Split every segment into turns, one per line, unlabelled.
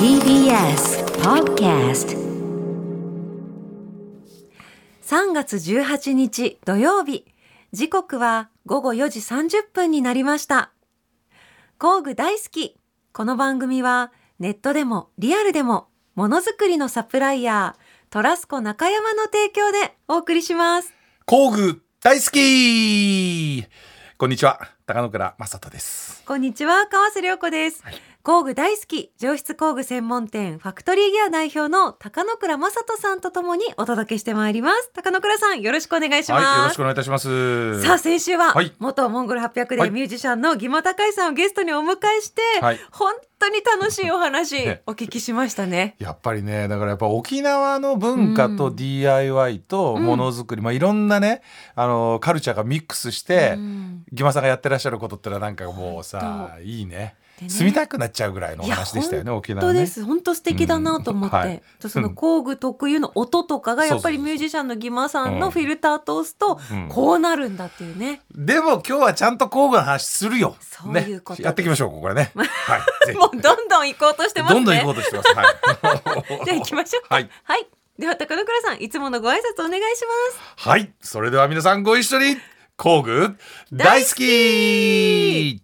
TBS Podcast
3月18日土曜日時刻は午後4時30分になりました工具大好きこの番組はネットでもリアルでもものづくりのサプライヤートラスコ中山の提供でお送りします
工具大好きこんにちは高野倉正人です
こんにちは川瀬良子です、工具大好き上質工具専門店ファクトリーギア代表の高野倉正人さんとともにお届けしてまいります高野倉さんよろしくお願いします、
はいよろしくお願いいたします
さあ先週は
はい
元モンゴル800
は
で
い
ミュージシャンの義母高井さんをゲストにお迎えして
はい
本当に楽しいお話
ね
お聞きしましたね。
やっぱりねだからやっぱ沖縄の文化と DIY とものづくり、まあいろんなねあのカルチャーがミックスして、
うん
ギマさんがやってらっしゃることってのはなんかもうさいいね
でね
住みたくなっちゃうぐらいのお
いや
話でしたよね沖
本当
縄ね
です本当素敵だなと思って、
うんはい
とその工具特有の音とかがやっぱり
そうそうそう
ミュージシャンの義母さん
う
の
ん
フィルター通すと
うん
こうなるんだっていうね、
でも今日はちゃんと工具の話するよ
そういうこと
ね、やっていきましょうこれ ねはいぜひ
もうどんどん行こうとしてますね。
どんどん行こうとしてますはい
じゃあ行きましょうか。
はい
では高野倉さんいつものご挨拶お願いします。
はい。それでは皆さんご一緒に、工具大好き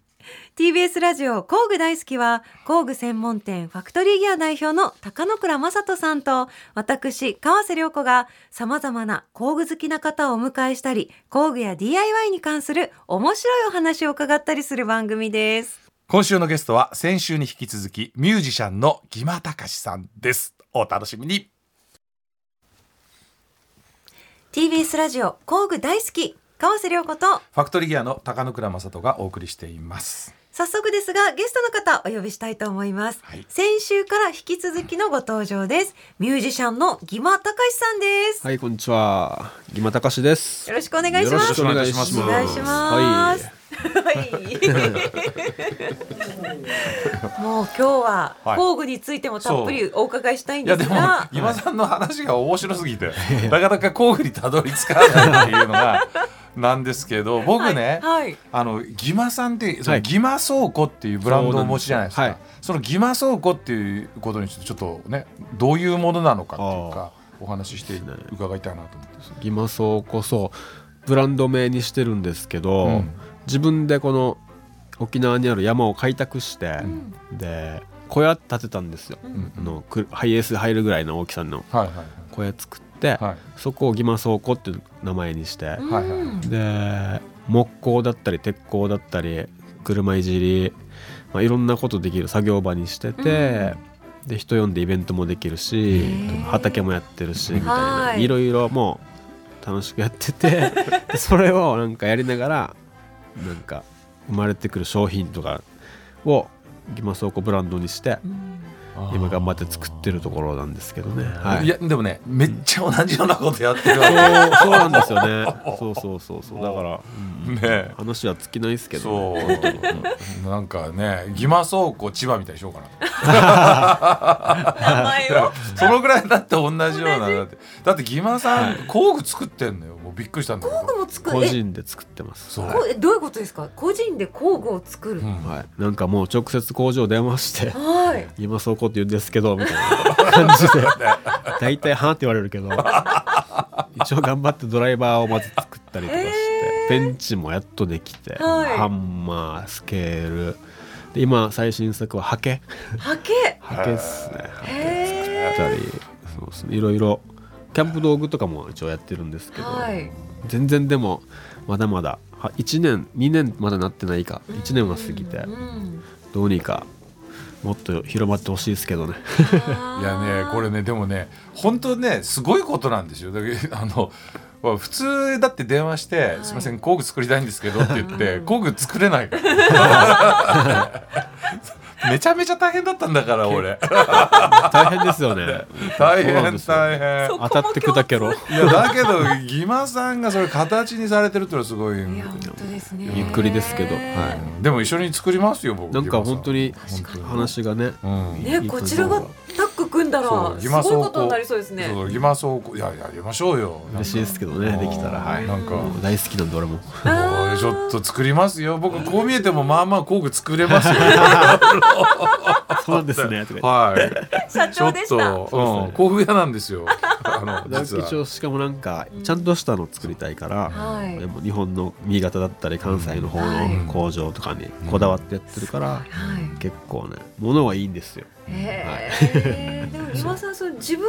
TBS ラジオ工具大好きは工具専門店ファクトリーギア代表の高野倉正人さんと私川瀬良子がさまざまな工具好きな方をお迎えしたり工具や DIY に関する面白いお話を伺ったりする番組です。
今週のゲストは先週に引き続きミュージシャンのギマたかしさんです。お楽しみに。
TBS ラジオ工具大好き川瀬良子と
ファクトリーギアの高野倉正人がお送りしています。
早速ですがゲストの方お呼びしたいと思います、
はい
先週から引き続きのご登場ですミュージシャンのギマたかしさんです、
はい、こんにちは。ギマたかしです。
よろしくお願いします
よろくお願いしま
お
す。
願い
します
はい。
はい。もう今日は
はい
工具についてもたっぷりお伺いしたいん
い
で
やですも
が、
ギマさんの話が面白すぎて、なかなか工具にたどり着かないっていうのがなんですけど、僕ね、
はいはい
あのギマさんってそ
は
の
い
ギマ倉庫っていうブランドをお持ちじゃないですか。
そ
そう
なんです
のギマ倉庫っていうことについてちょっとねどういうものなのかっていうかお話しして伺いたいなと思って。
ギマそうこそブランド名にしてるんですけど、
うん
自分でこの沖縄にある山を開拓して、で小屋建てたんですよ。
ん
あのくハイエース入るぐらいの大きさの
はいはいはい
小屋作って、
はい
そこをギマ倉庫っていう名前にして、
うん
はいはい
で木工だったり鉄工だったり車いじり、まあ、いろんなことできる作業場にしてて、で人呼んでイベントもできるし
ー
畑もやってるしみたい
は
ないいろいろもう楽しくやっててでそれをなんかやりながらなんか生まれてくる商品とかをギマ倉庫ブランドにして今頑張って作ってるところなんですけどね。はい
いやでもねめっちゃ同じようなことやってるわ
そ
け
うそうなんですよね。 そうそうそうそうだから、うん
ねえ
話は尽きないですけど、
そ
ね、
うなんかねギマ倉庫千葉みたいにしようかな
名前を
そのぐらいだって同じようなだってだってギマさん工具作ってんのよもうびっくりしたんだけど
工具も作
個
る。え
人で作ってます
そう
こうえどういうことですか？個人で工具を作る。
ん
はい、なんかもう直接工場電話して
はい。
「今そうこうって言うんですけど」みたいな感 じで大体「はあ」って言われるけど一応頑張ってドライバーをまず作ったりとかして、
えー
ベンチもやっとできて、
はい
ハンマースケールで今最新作はハケ
ハケ。
ハケっすねハケ
へ
作ったりそうですねいろいろキャンプ道具とかも一応やってるんですけ
ー
ど、
はい。
全然でもまだまだは1年2年まだなってないか1年は過ぎて。
うん
どうにかもっと広まってほしいですけどね。
いやねこれ。ねでもね本当ねすごいことなんですよだけ どあのまあ普通だって電話して「
い
すいません工具作りたいんですけど」って言って工具作れないから めちゃめちゃ大変だったんだから俺
大変ですよね。
大
そうなん
変
ですよ
大変
そこも
当たってくだけろ。
いやだけど義馬さんがそれ形にされてるってのはすごい
いや本当ですね。
ゆっくりですけど、は
でも一緒に作りますよ僕
い。なんか本当に
義馬さん
話がね、
うん
ね
いい感じ
こちらがタッグ組んだ
そ
ら
う
す
義馬
ごい
倉庫
ことになりそうですね。
そう義馬倉庫いややりましょうよ
嬉しいですけどね、できたらはい。
なんか
もう大好きなんで俺も。
あー
ち ょっと作りますよ僕こう見えてもまあまあ工具作れますよ
こなんですねとか言って
はい
社長でした
ちょっと、うん、甲府屋なんですよ あの
だ
実
から一
は
応しかもなんかちゃんとしたの作りたいから、
はい
でも日本の新潟だったり関西の方
はい
の工場とかにこだわってやってるから、
はい
結構ね物はいいんですよ
へえ。でも島さん、その自分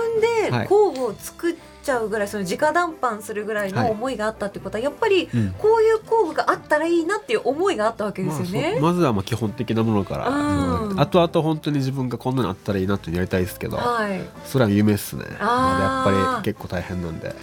は
で
い
工具を作っちゃうぐらい、その直談判するぐらい
はい
の思いがあったってことは、やっぱり
うん。
こういう工具があったらいいなっていう思いがあったわけですよ
まあそ
ね
う。まずはまあ基本的なものから、
うん
あとあと本当に自分がこんなのあったらいいなってやりたいですけど、
はい。
それは夢っすね
あー
まだやっぱり結構大変なんで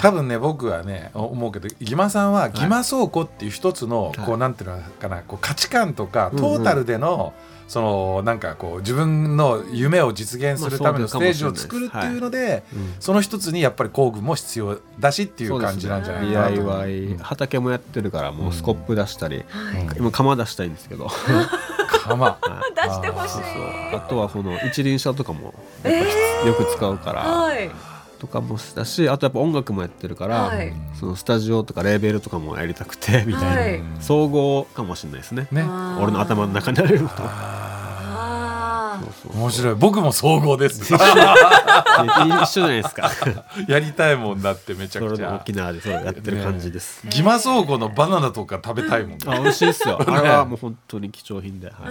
多分ね僕はねお思うけど義馬さんは義馬倉庫っていう一つの、
はい
こうなんていうのかなこう価値観とか
うんうん
トータルでの、そのなんかこう自分の夢を実現するための
まあ
ス
そうか
テー
も
ジ
しれない
を
です
作るっていうので、
うん
その一つにやっぱり工具も必要だしっていう感じなんじゃないかなと思う
DIY 畑もやってるからもうスコップ出したり、
はい。
今釜出したいんですけど
釜
はい
出してほし
そう
い。
そうあとはこの一輪車とかも
ええ。
よく使うから、
はい。
とかもしたしあとやっぱ音楽もやってるから、
はい
そのスタジオとかレーベルとかもやりたくてみたいな、
はい
総合かもしれないですね
ね
あー
俺の頭の中にあるのと
あ
そうそう
面白い僕も総合です
一緒じゃないです か
やりたいもんだってめちゃ
そ
く
れ
ち
で
ゃ
沖縄でそうやってる感じです、
義馬倉庫のバナナとか食べたいもんね
あ美味しいですよ あれはもう本当に貴重品で、は
え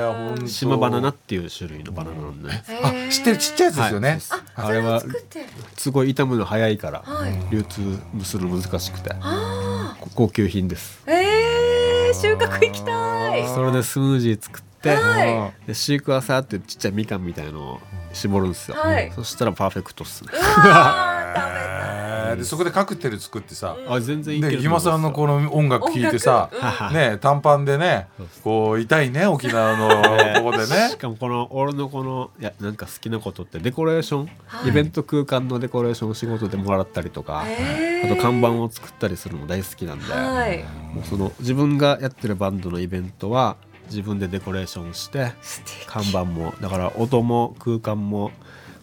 ーほんと
い、島バナナっていう種類のバナナなんで、ね、
ー
あ知ってるちっちゃいやつですよね、
はいそうです
あ
あれは
作って。
すごい傷むの早いから、
はい
流通するの難しくて
あ
こ高級品です
あ。ええ、収穫行きたい。
それでスムージー作って、
は
でシークワーサーっていうちっちゃいみかんみたいのを絞るんですよ、
はい
そしたらパーフェクトっすね、
あー食べたい
えーでそこでカクテル作ってさ、
あ全然いけ
で
る
ギマさん のこの音楽聴いてさ、
楽
ね短パンでねこう痛いね沖縄 のとこでね
しかもこの俺のこのいやなんか好きなことってデコレーション、
はい
イベント空間のデコレーションを仕事でもらったりとか、
へー
あと看板を作ったりするのも大好きなんで、
はい。
もうその自分がやってるバンドのイベントは自分でデコレーションして
素敵
看板もだから音も空間も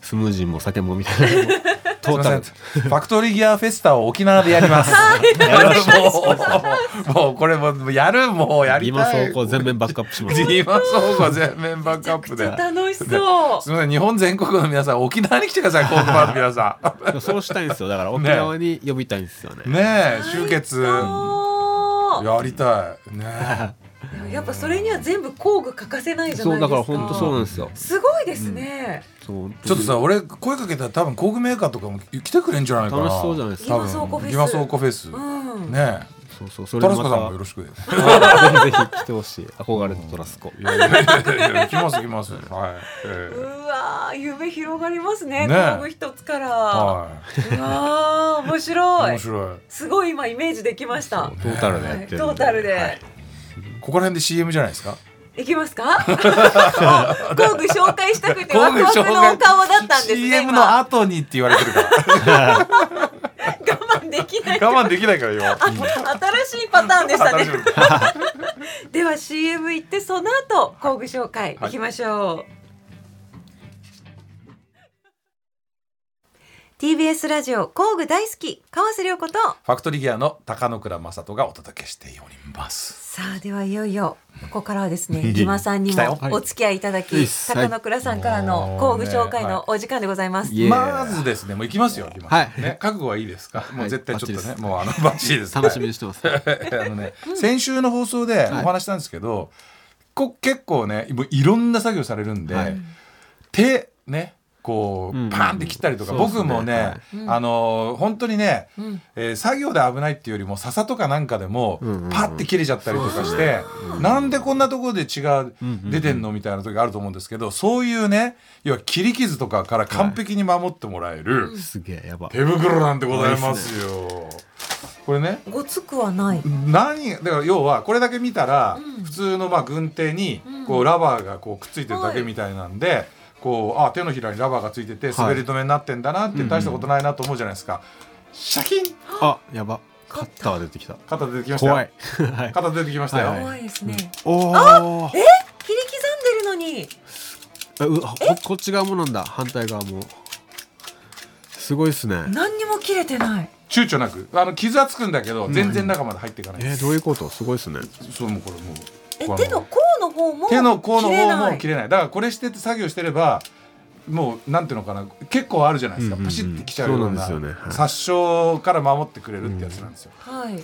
スムージーも酒もみたいなの も
す
ト
い
ー
ま
タ
せ
ル
んファクトリーギアフェスタを沖縄でやります。もうもうこれもうやるもうやり
今
た
走
い。
行全面バックアップ します
今そうか全面バックアップ
めち
で
ゃくち。ゃ楽しそう
すみません日本全国の皆さん沖縄に来てく ださい航空ファンの皆さ
そうしたいんですよだから沖縄に呼びたいんですよね
ん。ねえ集結
おー
やりたい ね
でもやっぱそれには全部工具欠かせないじゃな
そ
いうで
だ
すか
から本当そうなんですよ
すごいですね、
そう
ちょっとさ俺声かけたら多分工具メーカーとかも来てくれんじゃないかな。
楽しそうじゃないです
か
多分
ギマ倉庫フェス
ギマ倉庫フェス。
うん
ね
そうそう
え。
そ
トラ
れで
ス
ま
コ
た
さんもよろしくね。
あぜひ来てほしい憧れのトラスコ
いやいやいやいや来ます来ます。はい。え
う
え
わー夢広がりますね
ね
工具一つから、
は
うわー面
い。
白い
面白い。
すごい今イメージできました、
トータルでや
は
っ
い
てるんで
トータルで、
はい
ここら辺で CM じゃないですか。
い、きますか工具紹介したくてワ
工
ク
具
ワク
紹
のお
介
顔だったんですね
CM の
今
後にって言われてるから
我慢できない
我慢できないからよ。
新しいパターンでしたね
新しいの
では CM 行ってその後工具紹介いきましょう、TBS ラジオ工具大好き川瀬良子と
ファクトリーギアの高野倉正人がお届けしております。
さあではいよいよここからはですね
いい
木間さんに
来たよ
もお付き合いいただき、
はいいいっす
高野倉さんからの工具紹介のお時間でございます、
いえ
まずですね、もう行きますよ。行きます
はい
ね、覚悟はいいですか。も
は
う
い
絶対ちょっ
バッチ
と
リ
ね、
です
もうあのバッチリです。
楽しみにしてます
あのね、先週の放送でお話したんですけど、こ結構ねもういろんな作業されるんで、
はい
手ねこう
うん
パーンって切ったりとか、
そうですね
僕もね、
は
あのー本当にね、
ん
えー作業で危ないっていうよりも笹とかなんかでも
うんうんうん
パッて切れちゃったりとかして、なんでこんなところで血が出てんのみたいな時があると思うんですけどそういうね要は切り傷とかから完璧に守ってもらえる
すげえやば
手袋なんてございますよ。これね
ごつくはない
何だから要はこれだけ見たら普通のまあ軍手にこうラバーがこうくっついてるだけみたいなんでこうあ手のひらにラバーがついてて滑り止めになってんだなって大したことないなと思うじゃないですかシャキン
あやばカッター出てきた
肩出てきましたよ
怖い はい
肩出てきましたよ、
はい
怖いですね、
お
切り
お
刻んでるのに
うここっち側もなんだ反対側もすごいっすね
何にも切れてない
躊躇なくあの傷はつくんだけど全然中まで入っていかない、
えー、どういうことすごいっすね
そうもうこれもう
え
これ
手
も
の甲のの方も
手の甲の
切れ
方
な
も
い
切れないだからこれしてて作業してればもうなんていうのかな結構あるじゃないですか、
うんうんうん
パシッてきちゃうような
そうなんですよねはい
殺傷から守ってくれるってやつなんですよ、
はい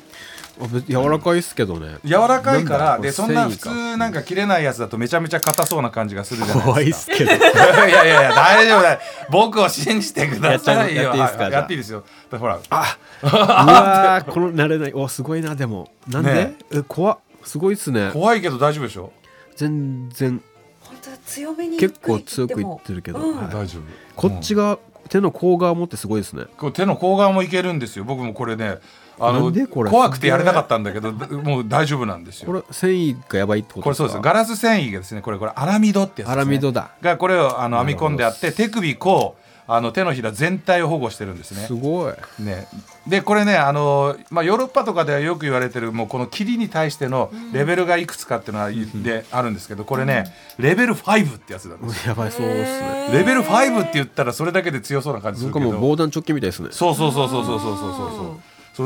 あべ柔らかいですけどね
柔らかいか
な
ら
んだ
でそんな普
繊維
通なんか切れないやつだとめちゃめちゃ硬そうな感じがするじゃ
か怖
ない
い
で
ですすけど
かいやいやいや大丈夫だ僕を信じてくださいよ
やっちゃうやっていいですか
は
じ
やっていいですよだから
ゃあ
ほら
あうわーこの慣れないおすごいなでもなんで、
ね
え怖っすごいっすね
怖いけど大丈夫でしょ
全然
本当は強めに
結構強くいってるけど、
うん
はい
大丈夫
こっちが手の甲側もってすごいですね
こう手の甲側もいけるんですよ僕もこれねあ
な
の
んでこれ
怖くてやれなかったんだけどもう大丈夫なんですよ
これ繊維がやばいって
こ
こ
とれ
です
そう
か
ですガラス繊維がですねこれこれアラミドってやつです、ね、
アラミドだ
がこれをあの
な
編み
るほど
込んであって手首こうあの手のひら全体を保護してるんですね
すごい
ね、でこれねあの、まあ、ヨーロッパとかではよく言われてるもうこの霧に対してのレベルがいくつかっていうのは、であるんですけどこれねレベル5ってやつなんですよ
やばいそうですね
レベル5って言ったらそれだけで強そうな感じす
なん
る
か
け
も
ど
う防弾チョッキみたいですね
そうそうそうそうそうそうそう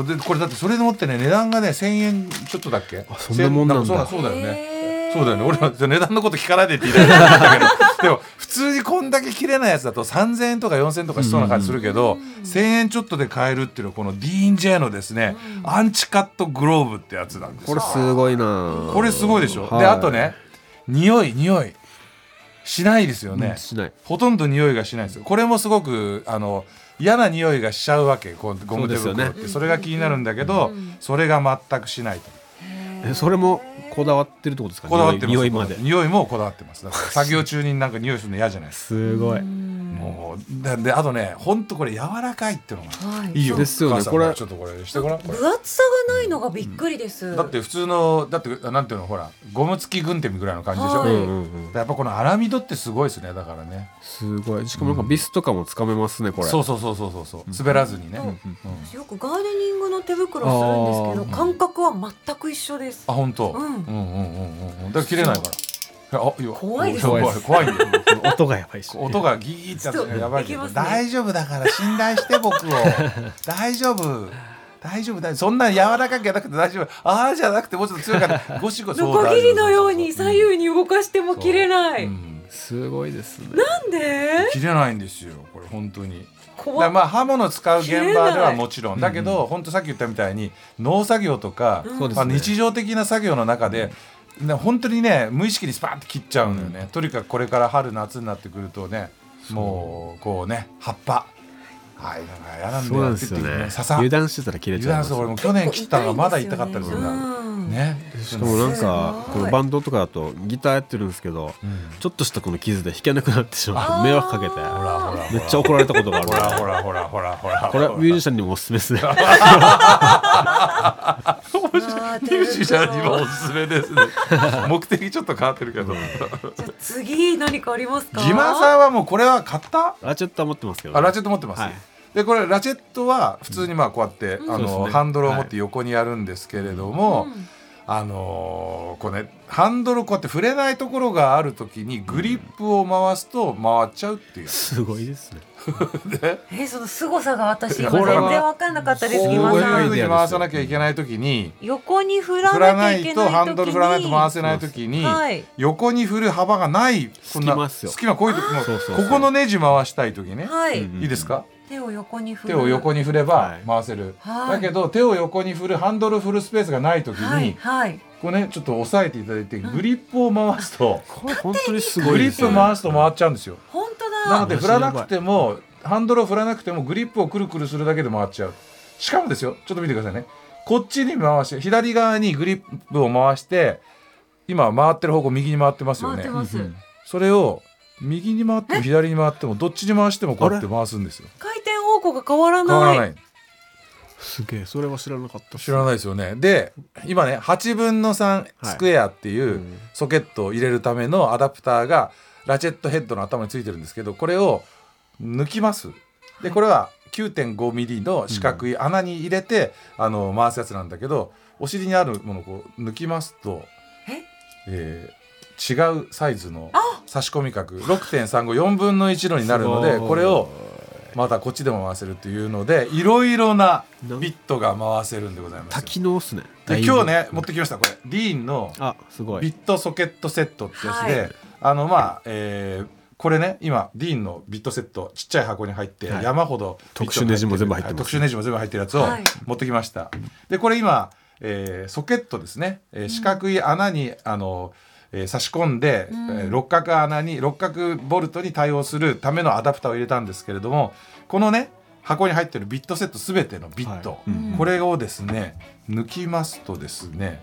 そうそうそれでこれだってそれでもってね値段がね1,000円ちょっとだっけ
あそんなもんなんだ
1000そうそうだよ
へ
ね
ー
そうだよね俺は値段のこと聞かないでって言いたいと思ったけど でも普通にこんだけ切れないやつだと3,000円とか4,000円とかしそうな感じするけど、1,000円ちょっとで買えるっていうのはこの D&J のですね、アンチカットグローブってやつなんです
こ
よ
れすごいな
これすごいでしょ、
はい
であとね匂い匂いしないですよね、
うんしない
ほとんど匂いがしないんですよこれもすごくあの嫌な匂いがしちゃうわけこうゴム手袋って
そう
そ,、
です
れが気になるんだけど、それが全くしないと
えそれもこだわってるってことですか
こだわってます
匂い匂いまで
匂いもこだわってますだから作業中になんか匂いするの嫌じゃないですか
すごい
もうでであとねほんとこれ柔らかいっていうのが
はい
いよ
ですよね
お母さん
これ
ちょっとこれしてごらんこれ
分厚さがないのがびっくりです、
だって普通のだってあなんていうのほらゴム付き軍手みぐらいの感じでしょ、
は
う
い
んうんうん
やっぱこのアラミドってすごいですねだからね
すごいしかもなんかビスとかもつかめますねこれ
そうそうそうそうそうそう滑らずにね、
うん
うん
私よくガーデニングの手袋をするんですけど感覚は全く一緒です
あ本当、
うん
うんうんうんうんうんだから切れないからあいや
怖いです
ね
怖い怖いんだよ
音がやばいし
音がギーってやつがやばいけ
ち
ど、
ょっといけますね
大丈夫だから信頼して僕を 大丈夫大丈夫だそんな柔らかくやなくて大丈夫ああじゃなくてもうちょっと強いからゴシゴ シ
ノコギリのように左右に動かしても切れな
う
い、
ん
すごいですね
なんで
切れないんですよこれ本当に。だか
怖
ら
っ
まあ刃物使う現場
切
で
れな
はいもちろんだけど、本当さっき言ったみたいに農作業とか、
そうです
まあ、
ね
日常的な作業の中で、ね、本当にね無意識にスパーンって切っちゃうのよね、とにかくこれから春夏になってくるとねもうこうね葉っぱはいなんか嫌なんだ
そうなん
よ
で
って
す
言
よ
って
ね
笹
油断してたら切れ
油
ちゃ
断
いますす
る俺も
ね
去年切ったのがまだ
結
痛
構
か
痛い
った
で
り
す
す
よ
るんだ、
うん
ね
しかもなんか
すごい
このバンドとかだとギターやってるんですけど
うん
ちょっとしたこの傷で弾けなくなってしま
あー
う迷惑かけ
ほ
て
らほらほ
めっちゃ怒られたことがある
らほらほらほらほら
これはミュージシャンにもおすすめ ですね
あー
ミュージシャンにもおすすめですね目的ちょっと変わってるけど
じゃあ次何かありますか
ギマさんはもうこれは買った
ラチェットは持ってますけどね
あラチェット持ってます、
はい
でこれラチェットは普通にまあこうやって、あ
そうです
の
ね
ハンドルを持って横にやるんですけれども、あのーこうねハンドルこうやって触れないところがある時にグリップを回すと回っちゃうっていう、
すごいですね
えその凄さが私今
こ
全
れは
然わかんなかったですギ
こ
マ
う
さ
いうんふうに回さなきゃいけない時に
横に振ら
振ら
な
な
きゃいけないい時に
とハンドル振らないと回せない時に、
はい
横に振る幅がないこんな
隙間っすよ
隙間こういう時も
そうそうそう
ここのネジ回したい時ね、
はい、
うん
い、いですか
手を横に振る
手を横に振れば
はい
回せる、
はい
だけど手を横に振るハンドル振るスペースがない時に、
はいはい
こうねちょっと押さえていただいてグリップを回 すと、
これ本当にすご
グ
い
リ
で
ッ
すね
プ回すと回っちゃうんですよ
本当
な
だ
ので
あ
振らなくてもハンドルを振らなくてもグリップをくるくるするだけで回っちゃうしかもですよちょっと見てくださいねこっちに回して左側にグリップを回して今回ってる方向右に回ってますよ
回っ
ね
てます、
うん
それを右に回っても左に回ってもどっちに回してもこうやって回すんですよ
回転方向が変わらない
変わらない
すげえそれは知らなかった
知らないですよねで今ね8分の3スクエアっていううんソケットを入れるためのアダプターがラチェットヘッドの頭についてるんですけどこれを抜きますでこれは9.5ミリの四角い穴に入れて、あの回すやつなんだけどお尻にあるものをこう抜きますと
え、
えー違うサイズの差し込み角6.354分の1のになるのでこれをまたこっちでも回せるっていうのでいろいろなビットが回せるんでございます
多
よ
機能っすね
で今日ね持
も
ってきましたこれディーンの
あすご
ビッ
い
トソケットセットってやつで、
は
あのまあ、えーこれね今ディーンのビットセットちっちゃい箱に入って
はい
山ほどビット
特殊ネジも全部入ってます
はい特殊ネジも全部入ってるやつを
はい
持ってきました、でこれ今、えーソケットですね、えー四角い穴に、あのえー差し込んで、えー六角穴に六角ボルトに対応するためのアダプターを入れたんですけれどもこのね箱に入ってるビットセットすべてのビット、
はいうん
これをですね抜きますとですね、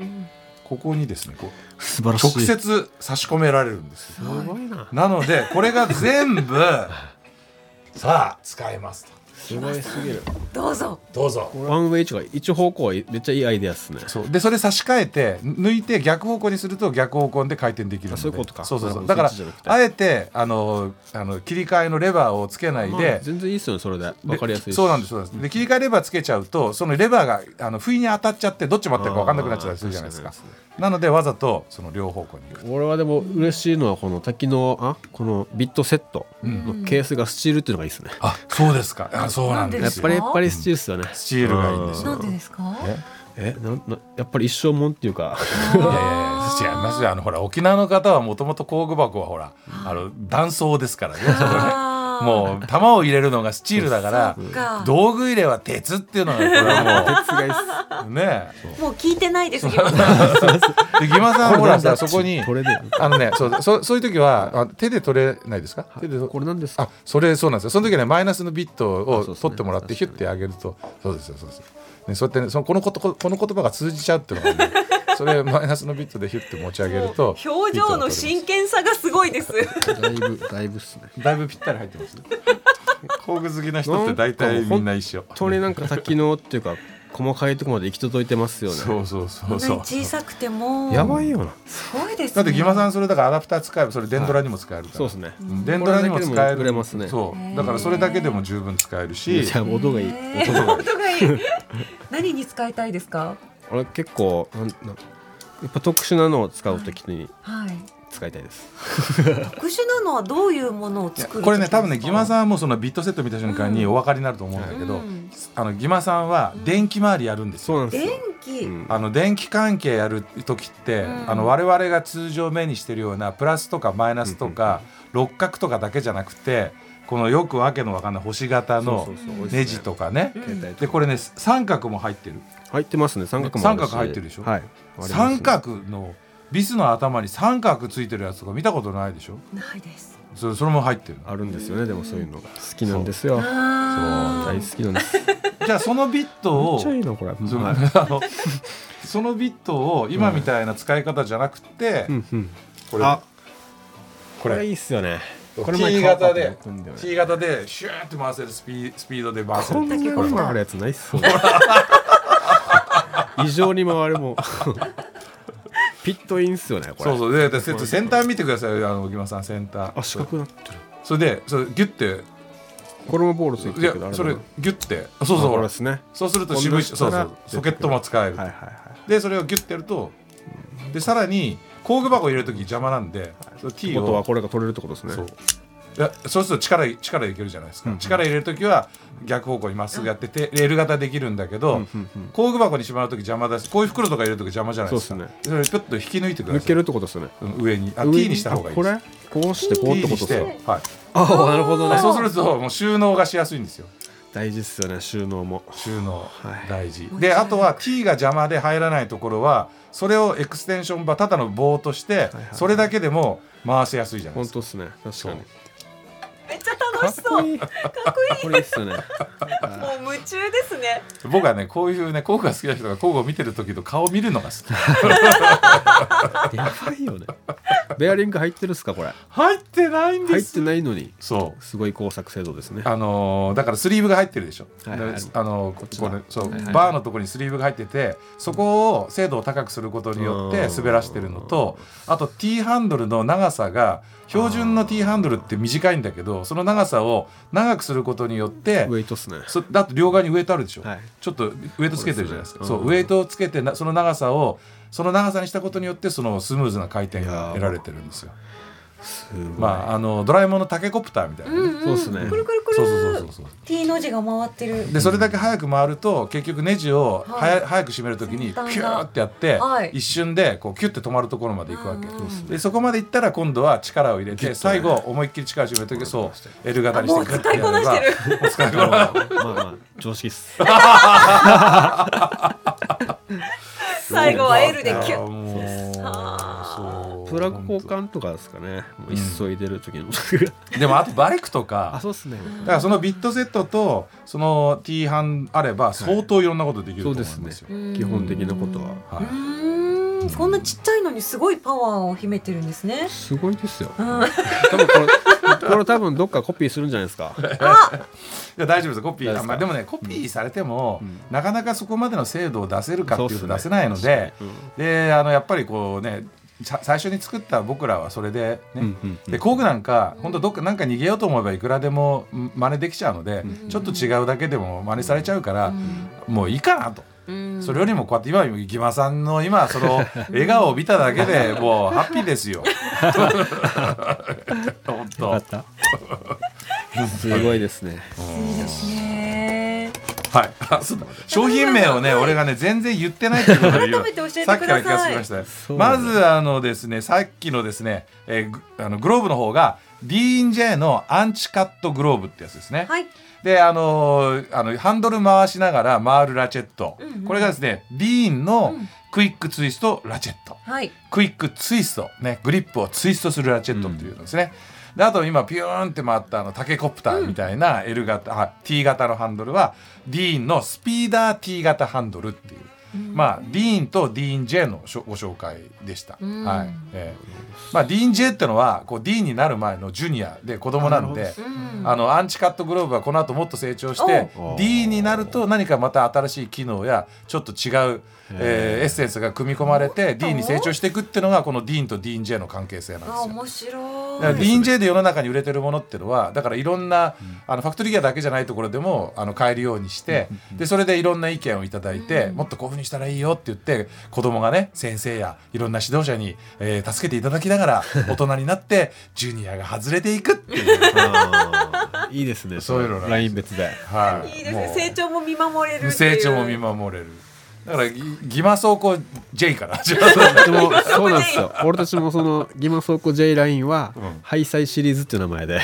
ここにですねこう
素晴らしい
直接差し込められるんです
すごいな
なのでこれが全部 さあ使えますと
すごいすぎる
どうぞ
どうぞ
ワンウェイとか一方向めっちゃいいアイデアっすね
そうでそれ差し替えて抜いて逆方向にすると逆方向で回転できるので
あそういうことか
そうそうそうだ
な
から
るほどそっちじゃなくて
あえてあのあの切り替えのレバーをつけない
まあ
で、
全然いいっすよねそれで
で
分かりやすいし
そうなんですそうなんですで切り替えレバーつけちゃうとそのレバーがあの不意に当たっちゃってどっち回ってるか分かんなくなっちゃったりするじゃないですか
あー確かに
なのでわざとその両方向に行く
俺はでも嬉しいのはこの滝のあこのビットセットのケースがスチールっていうのがいいですね、
あそうですかあそうなんで
うん
や
すよ
っぱりやっぱりスチールっすよね、
スチールがいいんですよ
なんでですか
え
えななやっぱり一生もんっていうか
いやいやいや違いますよあのほら沖縄の方はもともと工具箱はほらあの断層ですからねそこね
あー
もう玉を入れるのがスチールだから
そっか
道具入れは鉄っていうのがこれ は
すごいっす
もうね
もう聞いてないですけどは
で義馬さんほら
これなん
さ
だ
そこに
これで
あのねそうそうそういう時はあ手で取れないですか手で
これなんですか
あそれそうなんですよその時はねマイナスのビット
あそう
を
ですね
取ってもらって
確
ヒ
か
ュッ
に
てあげるとそうですよそうですよ、ね、そうやってねそのこのことここの言葉が通じちゃうっていうの がねそれマイナスのビットでヒュッて持ち上げると
表情の真剣さがすごい です
だいぶだいぶっすね
だいぶぴったり入ってますね 工具好きな人って大体みんな一緒
本当になんか滝のっていうか細かいとこまで行き届いてますよね
そうそうそ
こん
う
な
そ
に
う
小さくても
やばいよな
すごいですね
だってギマさんそれだからアダプター使えばそれ電ドラにも使えるから、
そうですね
うん電ドラにも使える
これだけでもくれますね
そうだからそれだけでも十分使えるし
じゃあ音がいい
ね
音がいい
本当がいい何に使いたいですか
俺結構なんなんやっぱ特殊なのを使うときに
はい
使いたいです
特殊なのはどういうものを
いや
作る
これね多分ねギマ
ん
さんもそのビットセット見た瞬間にお分かりになると思うんだけど、
うん
あのギマさんは電気周りやるんですよ
そうなんです
電
よ
気、
うん
あの電気関係やる時って、
ん
あの我々が通常目にしてるようなプラスとかマイナスとか、六角とかだけじゃなくてこのよくわけのわかんない星型の
そうそうそう
ネジとかね
携帯とか
でこれね三角も入ってる
入ってますね三角もあるし
三角入ってるでしょ
はい
三角のビスの頭に三角ついてるやつとか見たことないでしょ
ないです
それそれも入ってる
あるんですよねでもそういうのが好きなんですよ
あ
大好きなんです
じゃあそのビット
めっ
を
ちゃいいなこれはい
そのあの そのビットを今みたいな使い方じゃなくて、
うんうん
これ
あ
こ
こ
れ
れいいっすよねこれ前
T
買おうか
型
と思
で
ったんだよね
T 型でシューって回せるスピスピードで回せ
こんな
る
に
これ
回るやつない っすね異常に回るもんピットインっすよねこれ
そうそうででセット先端見てくださいあの小木間さん先端
あ四角になってる
それでそれギュッて
これもボールついて
いや
るけどあれ
そ
だ
れ
な
ギュッてそうそう
あこ
ほ
れ
ら
ですね
そうすると渋いしそうそうソケットも使える、
はいはいはい
でそれをギュッてやるとでさらに工具箱入れる時邪魔なんで、その
って
T
ことは
を
これが取れるってことですね
そういやそうすると力い力いけるじゃないですか、力入れる時は逆方向にまっすぐやっててレール型できるんだけど、工具箱にしまう時邪魔だしこういう袋とか入れる時邪魔じゃないですか
そうっ
それをピュッと引き抜いてくだ
抜
さ
け
い
るってことですね
うん上にあ
上
T にした方がいいです
あこれこうしてこう
T
ってこ
に
とで
し
す
て、
よ
はい、
ああなるほどね
あそうするともう収納がしやすいんですよ
大事っすよね収納も
収納
はい
大事、であとは T が邪魔で入らないところはそれをエクステンションバーただの棒として、
はい
それだけでも回せやすいじゃないで
本
すか
当っすね確かに
めっちゃ楽しそうもう
いいかっこれいいっすよね
夢中ですね
僕はねこういうね工具が好きな人が工具を見てる時と顔を見るのが好き
やばいよねベアリング入ってるっすかこれ
入ってないんで
入っ
す
てないのに
そう
すごい工作精度ですね
あのーだからスリーブが入ってるでしょ、
はいはい
だからあのー
こっち
こ
だ
れそう、
はいはい
バーのところにスリーブが入っててそこを精度を高くすることによって
うん
滑らしてるのとあと T ハンドルの長さが標準の T ハンドルって短いんだけどその長さを長くすることによって
ウェイトっすね
そだって両側にウェイトあるでしょ、
はい
ちょっとウェイトつけてるじゃないですかそ
そううですねうん
ウェイトをつけてなその長さをその長さにしたことによってそのスムーズな回転
いや
が
ー
得られてるんですよ
すごい、
まああのドラえもんのタケコプターみたいなね、
そうっすね
くるくるくる
そうそうそうそうそう
T の字が回ってる
でそれだけ早く回ると結局ネジをは
はい
や、早く締めるときに
先
キュ
端が
ーってやって、
はい
一瞬でこうキュッて止まるところまで行くわけ、
うんうん
でそこまで行ったら今度は力を入れ
ギュッと
て
ね
最後思いっきり力を締めるときそう L 型にして
もう使いこなしてる
グッてやればもう使いこな
まあまあまあ常識 っす
最後は L でキュッ
ッそう
プラグ交換とかですかねもう一層入れる時の、
でもあとバイクと
あ
か
そうっすね
だからそのビットセットとその T 版あれば相当いろんなことできると
そう
思い
で
ます
す
よ、
ね基本的なことは
はいう
ーんこんなちっちゃいのにすごいパワーを秘めてるんですね
すごいですよ
うん
多分これ これ多分どっかコピーするんじゃな いですか
いや大丈夫ですコピ
大
ー
丈夫ですか
まあ、でもねコピーされても、
うん
なかなかそこまでの精度を出せるかっていうと
そうっすね
出せないので、
うん
であのやっぱりこうねさ最初に作った僕らはそれで、ね
うんうんうん
で工具なんか本当どっかなんか逃げようと思えばいくらでもん真似できちゃうので、ちょっと違うだけでも真似されちゃうから、もういいかなと。
うん
それよりもこうやって今の木間さんの今その笑顔を見ただけでもうハッピーです よ。本当。
よ
は
かったすごいですね
いいですね
い。あそうだ商品名をね俺がね全然言ってないってことを言う
改めて教えてください
さっきから気がつきましたよ
そうな
ま
んだ
ずあのですねさっきのですね、えーグあのグローブの方が D&J のアンチカットグローブってやつですね。
はい
であのーあのハンドル回しながら回るラチェット、
うんうん
これがですねディーンのクイックツイストラチェット、
はい
クイックツイスト、ね、グリップをツイストするラチェットっていうのですね、であと今ピューンって回ったあのタケコプターみたいな L 型、あ T 型のハンドルはディーンのスピーダー T 型ハンドルっていう、まあディーンとディーン J のしょご紹介でした、
うん
はいえーまあ、ディーン J ってのはこうディーンになる前のジュニアで子供なん
なる
で
ほ
うん
あのアンチカットグローブはこの後もっと成長して
おう
D になると何かまた新しい機能やちょっと違う、えーエッセンスが組み込まれて D に成長していくっていうのがこの D と DJ の関係性なんです
あ
よ。
面白い
だから DJ で世の中に売れてるものってのはだからいろんな、あのファクトリーギアだけじゃないところでもあの買えるようにして、でそれでいろんな意見をいただいて、もっとこういうふうにしたらいいよって言って子供がね先生やいろんな指導者に、えー助けていただきながら大人になってジュニアが外れていくって いう。
あーいいですね
そういうのなんですよ
ライン別で
はい、
いいですね
もう
成長も見守れるっていう
成長も見守れるだからぎ義馬走行 J から
でもそうなんですよ俺たちもその「ギマ倉庫 J ライン」は
うん
「ハイサイシリーズ」っていう名前で
あー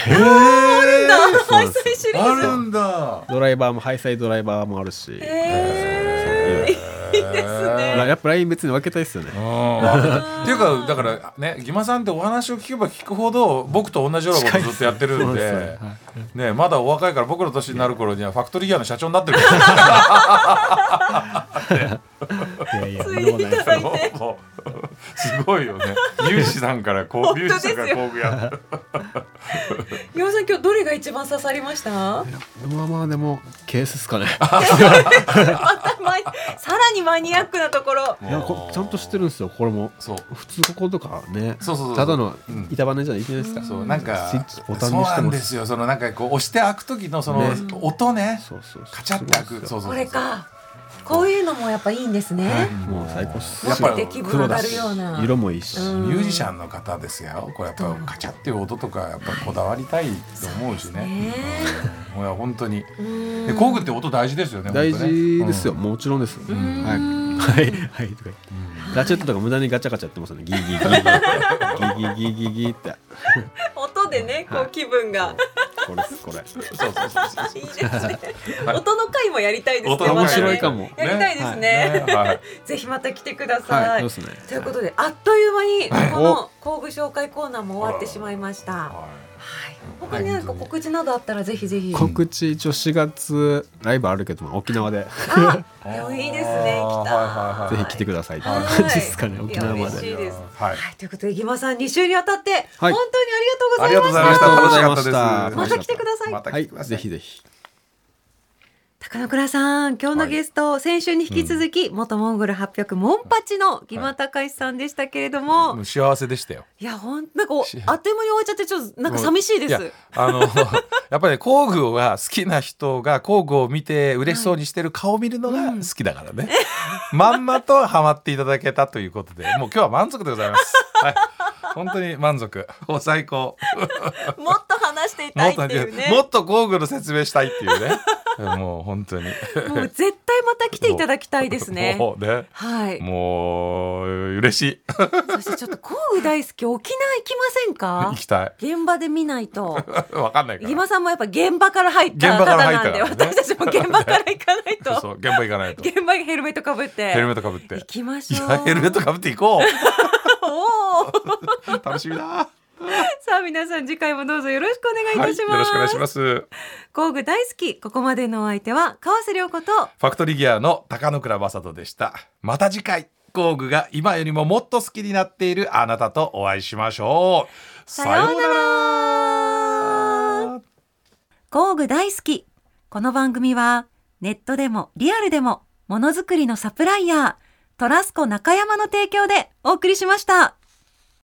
最新シリ
あ
ーズ
るんだ
ドライバーもハイサイドライバーもあるし
へえ
いいですね
やっぱライン別に分けたいっすよね
っていうかだからね義馬さんってお話を聞けば聞くほど僕と同じようなことずっとやってるんで
そうですね
ねまだお若いから僕の年になる頃にはファクトリーギアの社長になってるか
いやいや
ついていただ
ら
いて
もうもうすごいよねミュージシャンからこ
本
う
当
ミュ
で
ージ
す
シ
よ
ャンから工具屋
岩井さん今日どれが一番刺さりました ま
まあまあでもケースっすかね
たマニさらにマニアックなところ
いやこちゃんとしてるんですよこれも
そう
普通こことかね
そうそうそう
ただの
うん
板バネじゃいけないですか
そうなんか
スイッチボタ
そう
ンにして
なん
も
ですよそのなんかこう押して開く時のその
ね
音ね
そうそうそう
カチャって開くそうそうそう
これかこういうのもやっぱいいんですね、
もう最高っす
やっぱり
目的分上がるような
色もいいし
うん
ミュージシャンの方ですよこれやっぱカチャっていう音とかやっぱこだわりたいと思うしねうんいや本当に
うん
で工具って音大事ですよね
大
本当ね
事ですよもちろんですはいはいはいとか言ってガチャットとか無駄にガチャガチャやってますよねギーギーギーギーギーギーギーギーギーって
音でねこう気分が
これっすこれ
うんそうそうそうそう
いいですね 音の回もやりたいですね
音の回
またね
面白いかも
やりたいですね
ねはい
ぜひまた来てくだ
は
さ
い
い
そうですね
ということであっという間に
はい
この工具紹介コーナーも終わってしまいましたは
はい
他に何か告知などあったらぜひぜひ
告知一応4月ライブあるけども沖縄で
あ
い
でもいいですね
あー
来た
はいはいはい
ぜひ来てくださいって
はい
感じですかね
はい
沖縄ま
いや嬉し
で
いです
はい
はいということでギマさん2週にわたって
は
本当
い
にあ
あ
り
り
がと
がと
う
う
ご
ご
ざ
ざ
い
い
ま
ま
し
したた
あり
楽
がとうご
しかったで
ざいまし
また
す
た
来てください
また
は
来
い
てくださ
ぜ
い
ひぜひ
高野倉さん今日のゲスト、先週に引き続き、元モンゴル800モンパチのギマタカシさんでしたけれども、
もう幸せでしたよ
いやほんなんかお
し
あっという間に終わっちゃってちょっとなんか寂しいで
い
す。
やあの やっぱり工具が好きな人が工具を見て嬉しそうにしてる顔を見るのが好きだからね、まんまとハマっていただけたということでもう今日は満足でございます、はい、本当に満足もう最高
もっと話してい
も
たい
っ
って
と
いうね
もっと工具の説明したいっていう ねもう本当に
もう絶対また来ていただきたいですね
もうね
はい
もう嬉しい
そしてちょっと工具大好き沖縄行きませんか
行きたい
現場で見ないと
わかんないか
伊
ら
島さんもやっぱ現場から入った
現
方
場から入っ
な
た
んで
からね
私たちも現場から行かない
そう
と
そう現場行かないと
現場にヘルメットかぶって
ヘルメットかぶって
行きまし
い
ょう
やヘルメットかぶっていこう
おー
楽しみだ
さあ皆さん次回もどうぞよろしくお願いい
はい
たし
よ
ま
ろしくお願い
す
しますフ
工具大好きここまでのお相手は川瀬良子と
ァクトリーギアの高野倉正人でしたまた次回工具が今よりももっと好きになっているあなたとお会いしましょう
さような
さよう
ら
なら
工具大好きこの番組はネットでもリアルでもものづくりのサプライヤートラスコ中山の提供でお送りしました